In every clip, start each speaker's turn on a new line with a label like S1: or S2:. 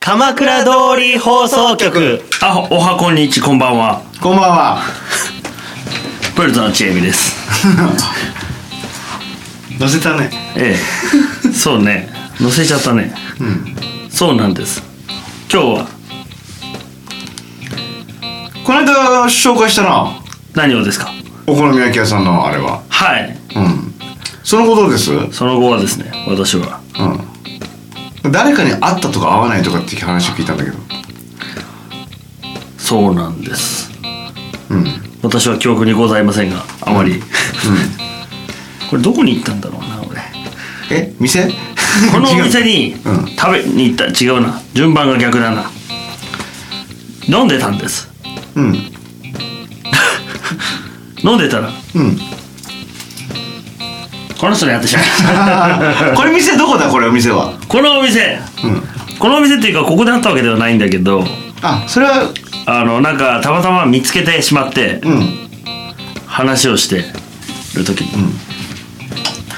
S1: 鎌倉通り放送局
S2: あおはこんにちこんばんは
S3: こんばんは。
S2: プールズのちえみです
S3: 乗せたね。
S2: え えそうね乗せちゃったね
S3: うん。
S2: そうなんです今日は
S3: この間紹介したな。
S2: 何をですか
S3: お好み焼き屋さんのあれは。
S2: はい
S3: うん。そのことです。うん。
S2: その後はですね私は
S3: 誰かに会ったとか会わないとかって話を聞いたんだけど。
S2: そうなんです
S3: うん。
S2: 私は記憶にございませんがあまり、これどこに行ったんだろうな俺
S3: え、店？
S2: このお店
S3: 違う。
S2: に
S3: うん
S2: 食べに行った違うな順番が逆だな飲んでたんです
S3: うん。
S2: 飲んでたら
S3: うん。
S2: この人に会ってしまいました
S3: あこれ店どこだこれお店は。
S2: このお店
S3: うん。
S2: このお店っていうかここであったわけではないんだけど
S3: あ、それは
S2: あのなんかたまたま見つけてしまって
S3: うん。
S2: 話をしてる時に、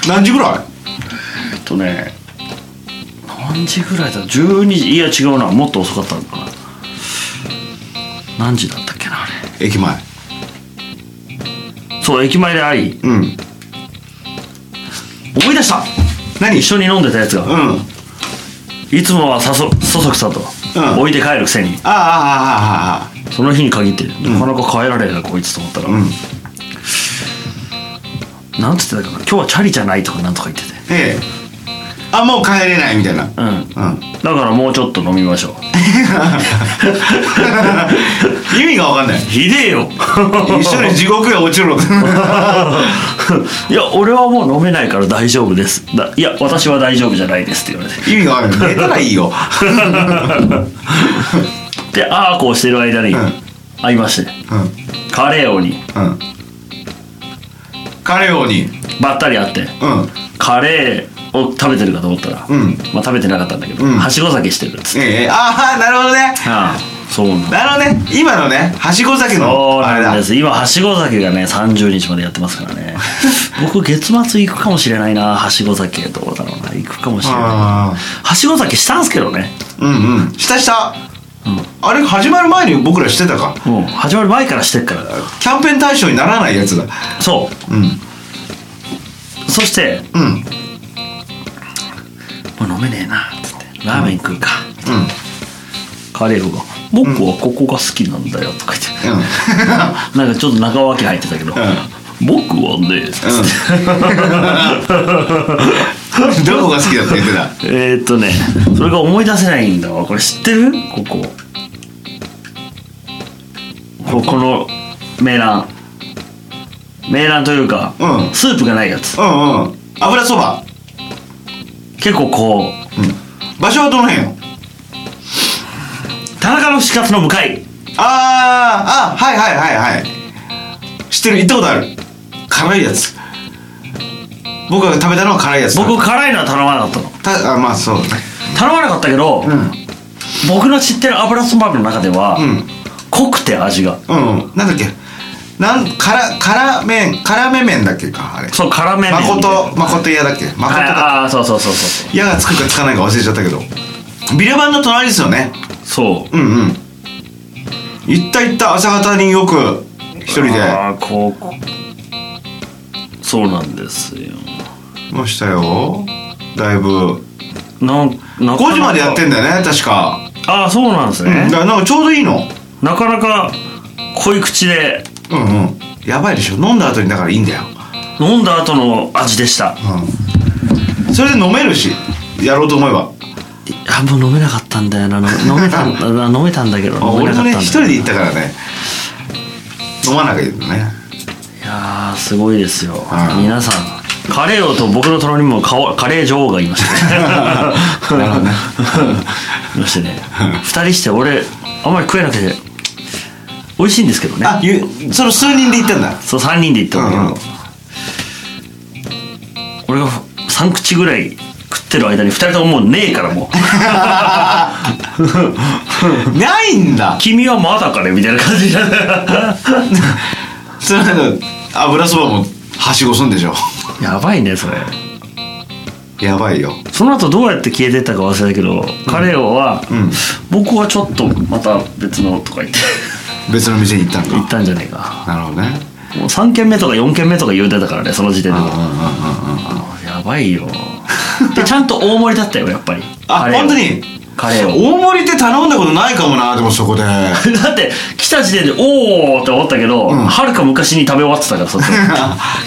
S3: 何時ぐら
S2: えっとね何時ぐらいだ12時いや違うなもっと遅かったのかな何時だったっけなあれ
S3: い？駅前。
S2: そう駅前で会い
S3: うん。
S2: 思い出した
S3: 何
S2: 一？緒に飲んでたやつ
S3: うん。
S2: が
S3: あ
S2: いつもはさそそそくさと、
S3: うん
S2: 置いて帰るくせに
S3: あああああああ
S2: その日に限ってなかなか帰られへんなこいつと思ったら、
S3: あ。うん。
S2: なんつってたかな今日はチャリじゃないとかなんとか言ってて
S3: ええ。あ、もう帰れないみたいな。う
S2: うん
S3: ん。
S2: だからもうちょっと飲みましょう
S3: 意味がわかんない。
S2: ひでえよ
S3: 一緒に地獄へ落ちろ
S2: いや俺はもう飲めないから大丈夫ですだいや私は大丈夫じゃないですって言われて
S3: 意味がある寝たらい いよ
S2: でああこうしてる間に
S3: うん
S2: 会いまして
S3: うん
S2: カレー王に
S3: うんカレー王に
S2: ばったり会って
S3: うん
S2: カレーを食べてるかと思ったら、
S3: うん
S2: まあ、食べてなかったんだけど、
S3: うん
S2: はしご酒してるっつって、
S3: ええああなるほどね
S2: ああそうなん
S3: なるほどね今のねはしご酒
S2: そう
S3: のあれ
S2: なん
S3: だ
S2: です今はしご酒がね30日までやってますから ね僕月末行くかもしれないなはしご酒どうだろうな行くかもしれない
S3: あ
S2: はしご酒したんすけどね
S3: ーうんうんしたした、あれ始まる前に僕らしてたか
S2: もう始まる前からしてっから
S3: キャンペーン対象にならないやつだ
S2: そ
S3: うん
S2: うそして
S3: うん
S2: もう飲めねえなっつってラーメン食うか、
S3: うん
S2: カレーが「僕はここが好きなんだよ」とか言って、
S3: うん
S2: なんかちょっと中分け入ってたけど「僕はね」つって、
S3: うんどこが好きだって言ってた
S2: えー、っとねそれが思い出せないんだわこれ知ってるここここの名卵名卵というか、
S3: うん
S2: スープがないやつ
S3: うんうん油そば
S2: 結構こう
S3: 場所はどの辺よ
S2: 田中の死活の向かい
S3: あーあはいはいはいはい知ってる行ったことある辛いやつ僕が食べたのは辛いやつ
S2: 僕辛いのは頼まなかったの
S3: たあまあそうだね
S2: 頼まなかったけど、僕の知ってる油そばの中では、
S3: ん
S2: 濃くて味が
S3: うんうんなんだっけなん辛辛麺辛め麺だっけかあれ
S2: そう辛め麺みたいな
S3: 誠誠屋だっけ誠
S2: はい
S3: だ
S2: ああそうそうそうそう
S3: 屋がつくかつかないか忘れちゃったけどビレバンの隣ですよね
S2: そう
S3: うんうん行った行った朝方によく一人で
S2: ああこうそうなんですよ
S3: ましたよだいぶ
S2: なんな
S3: 5時までやってんだよね確か
S2: ああそうなんです
S3: うん
S2: ね
S3: だ、からなんかちょうどいいの
S2: なかなか濃い口で
S3: うんうんやばいでしょ飲んだ後にだからいいんだよ、
S2: 飲んだ後の味でした
S3: うん、それで飲めるしやろうと思え
S2: い
S3: ば
S2: やもう飲めなかったんだよなの飲めたん あ飲めたんだけど
S3: あ
S2: 飲め
S3: 俺
S2: なかったんだ
S3: もね
S2: よ
S3: 一人で行ったからね飲まなきゃいいのね
S2: いやーすごいですよ、
S3: うん
S2: 皆さんカレー王と僕の隣にもカオカレー女王がいましたね
S3: なるほどね
S2: いましてね二人して俺あんまり食えなくて美味しいんですけどね
S3: あゆその数人で行ったんだ
S2: そう3人で行ったんだけど、
S3: うんうん
S2: 俺が3口ぐらい食ってる間に2人とももうねえからもう
S3: ないんだ
S2: 君はまだかねみたいな感じに なる
S3: それなんか油そばもはしごすんでしょ
S2: やばいねそれ
S3: やばいよ
S2: その後どうやって消えてったか忘れたけど、彼をは、
S3: うん
S2: 僕はちょっとまた別のとか言って
S3: 別の店に行ったん
S2: 行っ
S3: か
S2: たんじゃねえか
S3: なるほどね
S2: もう3軒目とか4軒目とか言うてたからねその時点でも
S3: うんうんうんうん
S2: あやばいよでちゃんと大盛りだったよやっぱり
S3: あ
S2: カレーを
S3: 本当に
S2: カレーを
S3: 大盛りって頼んだことないかもなでもそこ で
S2: だって来た時点でおおって思ったけど
S3: ん
S2: はる、か昔に食べ終わってたからそっち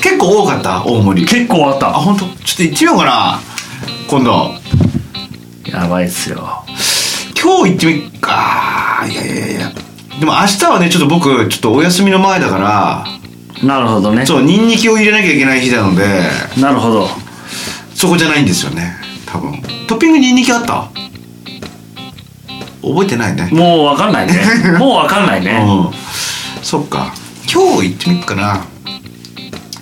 S3: 結構多かった大盛り
S2: 結構あっ
S3: あ
S2: た
S3: 本当ちょっと行ってみようかな今度
S2: やばいっすよ
S3: 今日行ってみっかいやいやいやでも明日はねちょっと僕ちょっとお休みの前だか
S2: なるほどね
S3: らそうニンニクを入れなきゃいけない日なので
S2: なるほど
S3: そこじゃないんですよね多分トッピングニンニクあった覚えてないね
S2: もうわかんないねもうわかんないね
S3: うんそっか今日行ってみっかな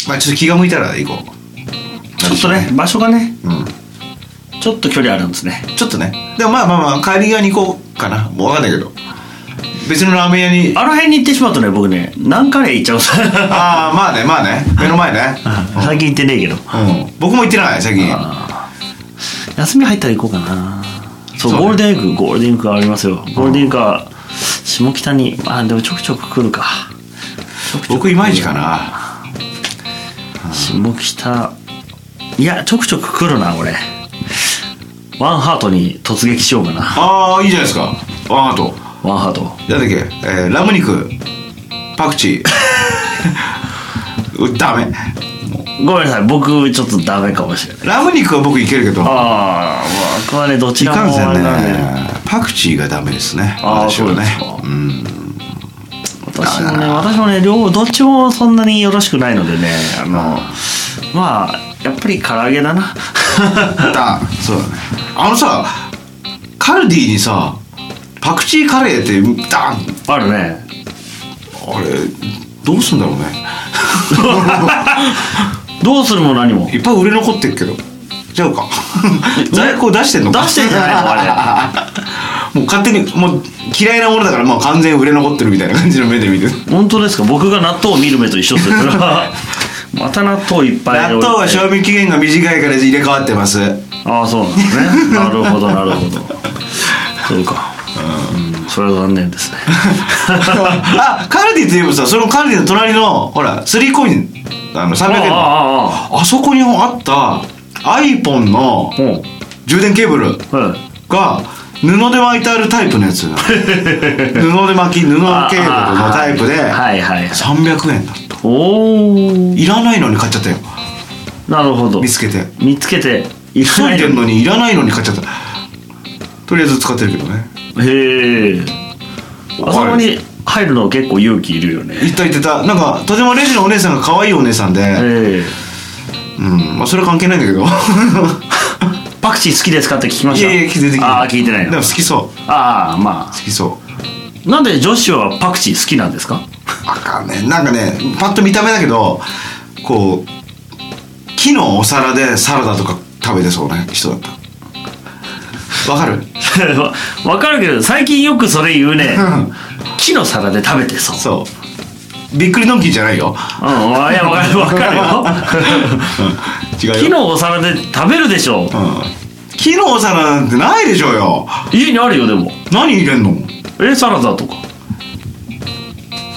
S3: まあちょっと気が向いたら行こう
S2: ちょっとね場所がね
S3: うん
S2: ちょっと距離あるんですね
S3: ちょっとねでもまあまあまあ帰り際に行こうかなもう分かんないけど別のラーメン屋に
S2: あの辺に行ってしまうとね僕ね何カレー行っちゃう さ
S3: ああまあねまあね目の前ね
S2: 最近行ってねえけど
S3: うん僕も行ってない最近
S2: 休み入ったら行こうかなそう
S3: そうね
S2: ゴールデンウィークゴールデンウィークありますよゴールデンウィークは下北にまあでもちょくちょく来るか
S3: 僕いまいちかな
S2: 下北いやちょくちょく来るな俺ワンハートに突撃しようかな
S3: ああいいじゃないですかああと
S2: ワンハート
S3: なんだっけ、えーラム肉パクチ ーうダメ
S2: ごめんなさい僕ちょっとダメかもしれない
S3: ラム肉は僕いけるけど
S2: ああ僕はねどち
S3: い
S2: らも
S3: かんせん
S2: あれなんで
S3: ねパクチーがダメですね
S2: あー
S3: 私
S2: そう
S3: はね
S2: ですか
S3: うん
S2: 私もね私もね両どっちもそんなによろしくないのでねあのまあやっぱり唐揚げだな
S3: だそうだねあのさカルディにさパクチーカレーってダン
S2: あるね
S3: あれどうすんだろうね
S2: どうするも何も
S3: いっぱい売れ残ってるけどじゃ あか在庫出してんのか
S2: 出してんじゃないのあ
S3: もう勝手にもう嫌いなものだからもう完全に売れ残ってるみたいな感じの目で 見てる
S2: れ本当ですか僕が納豆を見る目と一緒ですよ それはまた納豆いっぱい
S3: 納
S2: 入れて
S3: 豆は賞味期限が短いから入れ替わっ てます
S2: ああそうなんですねなるほどなるほどそうかうんそれは残念ですね
S3: あカルディといえばさそのカルディの隣のほらスリーコインあの
S2: ああ
S3: 300円のあ
S2: あああ
S3: そこにあった iPhone の
S2: あうん
S3: 充電ケーブル
S2: はい
S3: が布で巻いてあるタイプのやつ なの布で巻き布ケーブルのタイプで
S2: ああはいはいはい
S3: 300円だった
S2: おお
S3: いらないのに買っちゃったよ
S2: なるほど
S3: 見つけて
S2: 見つけていら
S3: 急
S2: ないい
S3: でんのにいらないのに買っちゃったとりあえず使ってるけどね
S2: へえあそこに入るの結構勇気いるよね
S3: 言った言ってたなんかとてもレジのお姉さんが可愛いお姉さんで、
S2: ええ
S3: うんまあ、それは関係ないん だけど
S2: パクチー好きですかって聞きま
S3: い
S2: した
S3: やいや全然聞いてない
S2: ああ聞いてない
S3: で
S2: の
S3: も好きそう
S2: ああま
S3: 好きそう
S2: あなんで女子はパクチー好きなんですか
S3: あかんねなんかねパッと見た目だけどこう木のお皿でサラダとか食べてそうな人だったわかる
S2: わかるけど最近よくそれ言う ね木の皿で食べてそう
S3: そうびっくりドンキーじゃないよ
S2: うんあいやわかるわかる よ
S3: 違うよ
S2: 木のお皿で食べるでしょ
S3: うん、木のお皿なんてないでしょうよ
S2: 家にあるよでも
S3: 何入れんの
S2: えサラダとか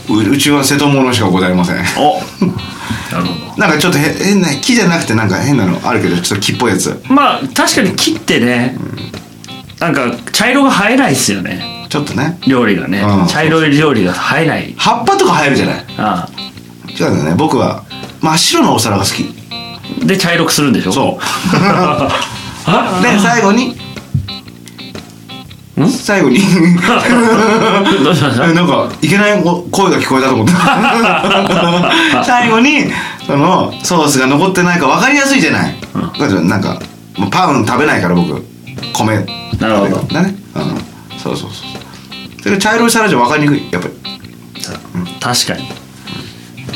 S3: ううちは瀬戸物しかございません
S2: あなるほ
S3: なんかちょっとへ変な木じゃなくてなんか変なのあるけどちょっと木っぽいやつ
S2: どまあ確かに木ってねなんか茶色が映えないっすよね
S3: ちょっとね
S2: 料理がね
S3: うん
S2: 茶色い料理が映えない
S3: 葉っぱとか入るじゃない
S2: あ
S3: 違うんだよね僕は真っ白のお皿が好き
S2: あで茶色くするんでしょ
S3: そう
S2: あ
S3: で最後に
S2: ん
S3: 最 後に
S2: どうしました
S3: なんかいけないお声が聞こえたと思っ た最後にそのソースが残ってないか分かりやすいじゃない、だからなんかもうパン食べないから僕米
S2: なるほど
S3: だね、うん、そうそうそうそれが茶色い皿じゃ分かりにくいやっぱり
S2: 確かに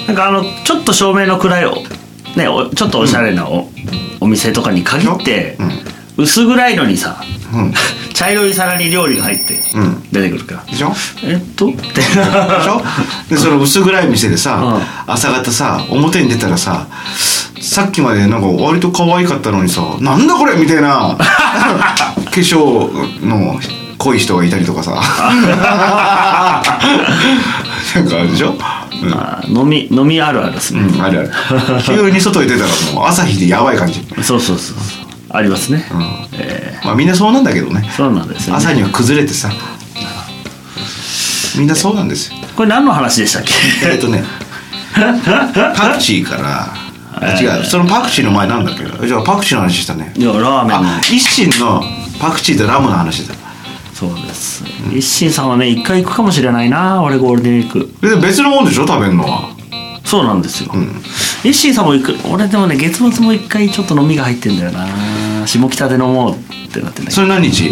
S2: なんかあのちょっと照明の暗いおねおちょっとおしゃれなお,、お店とかに限って、
S3: うん
S2: 薄暗いのにさ
S3: うん
S2: 茶 茶色い皿に料理が入って
S3: うん
S2: 出てくるから、
S3: でしょ
S2: えっと って
S3: でしょでその薄暗い店でさ、朝方さ表に出たらささっきまでなんか割と可愛かったのにさ「なんだこれ!」みたい な化粧の濃い人がいたりとか さなんかあるでしょ、うん
S2: あー飲み飲みあるあるですね、
S3: うん、あるある急に外に出たらもう朝日でやばい感じ、
S2: そうそうそうそうありますね、
S3: うん
S2: え
S3: まあ、みんなそうなんだけどね
S2: ーそうなんですよ、
S3: 朝
S2: ね、
S3: には崩れてさみんなそうなんですよ
S2: これ何の話でしたっけ
S3: えっとねパクチーからあ違うそのパクチーの前なんだっけじゃあパクチーの話したね
S2: いやラーメンの
S3: あ一心のパクチーとラムの話だ
S2: そうです、一心さんはね一回行くかもしれないな俺ゴールデンウィーク
S3: で別のもんでしょ食べるのは
S2: そうなんですよ、
S3: ん
S2: 一心さんも行く俺でもね月末も一回ちょっと飲みが入ってんだよな下北で飲もうってなってね
S3: それ何日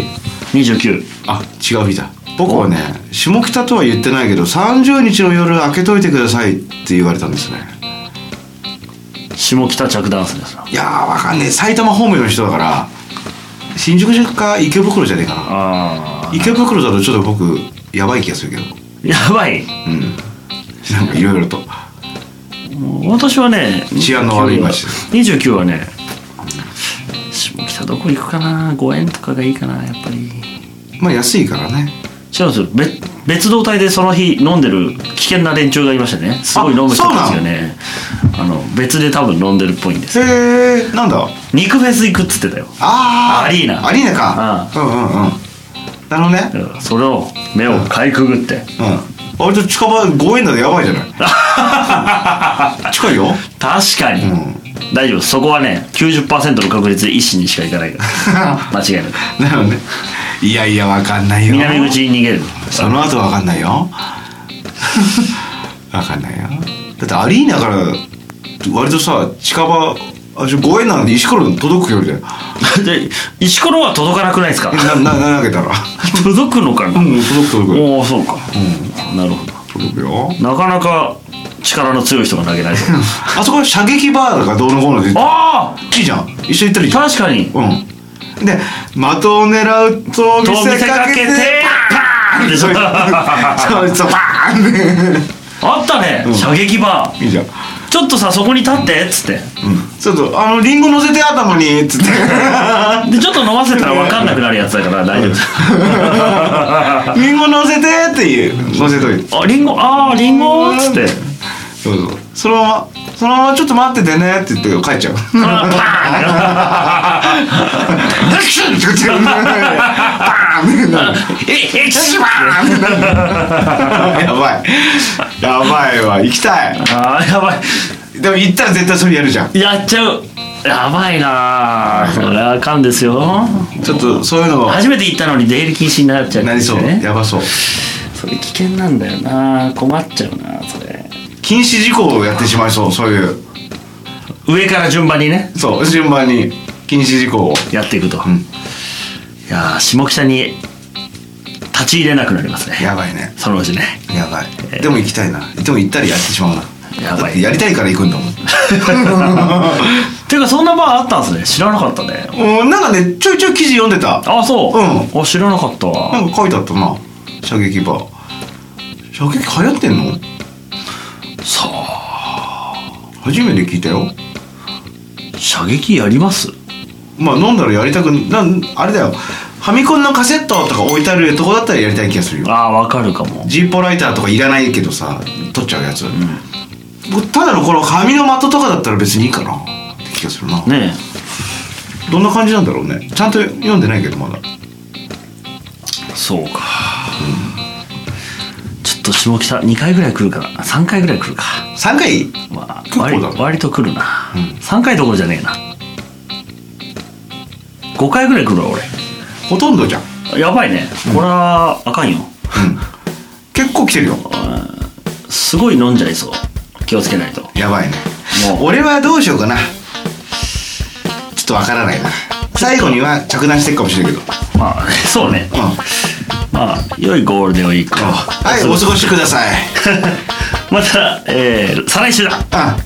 S2: 29
S3: あ違う日だ僕はね下北とは言ってないけど30日の夜開けといてくださいって言われたんですね
S2: 下北着弾ですねそれはい
S3: やーわかんねえ埼玉方面の人だから新宿か池袋じゃねえかな
S2: あ
S3: 池袋だとちょっと僕やばい気がするけど
S2: あやばい
S3: うんなんかいろいろと
S2: もう私はね
S3: 治安の悪い街
S2: 29はね下北どこ行くかな5円とかがいいかなやっぱり
S3: まあ安いからね
S2: 違うんですよ別別動隊でその日飲んでる危険な連中がいましたねすごい飲む人たちがねあの別で多分飲んでるっぽいんです
S3: へえなんだ
S2: 肉フェス行くっつってたよ、
S3: あー
S2: アリーナ
S3: アリーナかうんうんうんなるほどね
S2: うんそれを目をかいくぐって
S3: うん割と近場5円だとやばいじゃない 近いよ
S2: 確かに、
S3: うん
S2: 大丈夫そこはね90%の確率で一心にしか行かない から間違いなく
S3: なるほどねいやいやわかんないよ
S2: 南口に逃げる
S3: その後わかんないよ わかんないよだってアリーナから割とさ近場あじゃあ5円なんで石ころ届くよりだよ
S2: で石ころは届かなくないですか
S3: なな投げたら
S2: 届くのかな、
S3: うん届く届く
S2: おおそうか、なるほど
S3: 届くよ
S2: なかなか力の強い人が投げ ないと
S3: あそこは射撃バーがどうのこうので
S2: あ
S3: いいじゃん一緒に行ったらいい
S2: あ
S3: じゃん
S2: 確かに
S3: うんで的を狙うと見
S2: と見
S3: せ
S2: せ
S3: か
S2: か
S3: け
S2: け
S3: て
S2: て
S3: パーンってそいつそいつをパーンっ
S2: あったね、
S3: ん
S2: 射撃バー
S3: ていいじゃん
S2: ちょっとさそこに立ってっつって
S3: うんちょっとあのリンゴ乗せて頭にっつって
S2: でちょっと飲ませたら分かんなくなるやつだから大丈夫です
S3: リンゴ乗せてっていう乗せといて
S2: あリンゴああリンゴっつって
S3: そうそうそのままそのままちょっと待っててねって言って帰っちゃう
S2: パーン
S3: アクションって言ってパーンってなる
S2: ええしま
S3: やばいやばいわ行きたい
S2: あーやば
S3: でも行ったら絶対それやるじゃん
S2: いやっちゃうやばいなーそれはあかんですよ
S3: ちょっとそういうのが
S2: 初めて行ったのに出入り禁止になっちゃうん
S3: なり
S2: です
S3: そ
S2: よ
S3: う
S2: ね
S3: やばそう
S2: それ危険なんだよな困っちゃうなそれ
S3: 禁止事項をやってしまいそうそういう
S2: 上から順番にね
S3: そう順番に禁止事項を
S2: やっていくと、
S3: ん
S2: いやー下北に立ち入れなくなりますね
S3: やばいね
S2: そのうちね
S3: やばいでも行きたいなでも行ったらやってしまうな
S2: やばい
S3: だってやりたいから行くんだもん
S2: ていうかそんなバーあったんですね知らなかったね
S3: うんなんかねちょいちょい記事読んでた
S2: あそう、
S3: う
S2: あ知らなかったわ
S3: なんか書いてあったな射撃場射撃流行ってんの
S2: さあ
S3: 初めて聞いたよ
S2: 射撃やります
S3: まあ飲んだらやりたくなんあれだよファミコンのカセットとか置いてあるとこだったらやりたい気がするよ
S2: ああわかるかも
S3: ジーポライターとかいらないけどさ取っちゃうやつ、僕ただのこの紙の的とかだったら別にいいかなって気がするな、
S2: ね
S3: どんな感じなんだろうねちゃんと読んでないけどまだ
S2: えそうか、ちょっと下北2回ぐらい来るかな3回ぐらい来るか
S3: 3回
S2: まあ
S3: 結構だ
S2: 割割と来るな、3回どころじゃねえな5回ぐらい来るわ
S3: ほとんどじゃん、う
S2: 俺やばいねこれはあかんよ
S3: ん、結構来てるよ
S2: すごい飲んじゃいそう気をつけないと
S3: やばいね
S2: もう
S3: 俺はどうしようかなちょっとわからないな最後には着弾してるかもしれないけど
S2: まあそうね
S3: うん、
S2: まあ良いゴールデンウィークを
S3: はいお過ごしください
S2: また、えー、再来週だ
S3: あ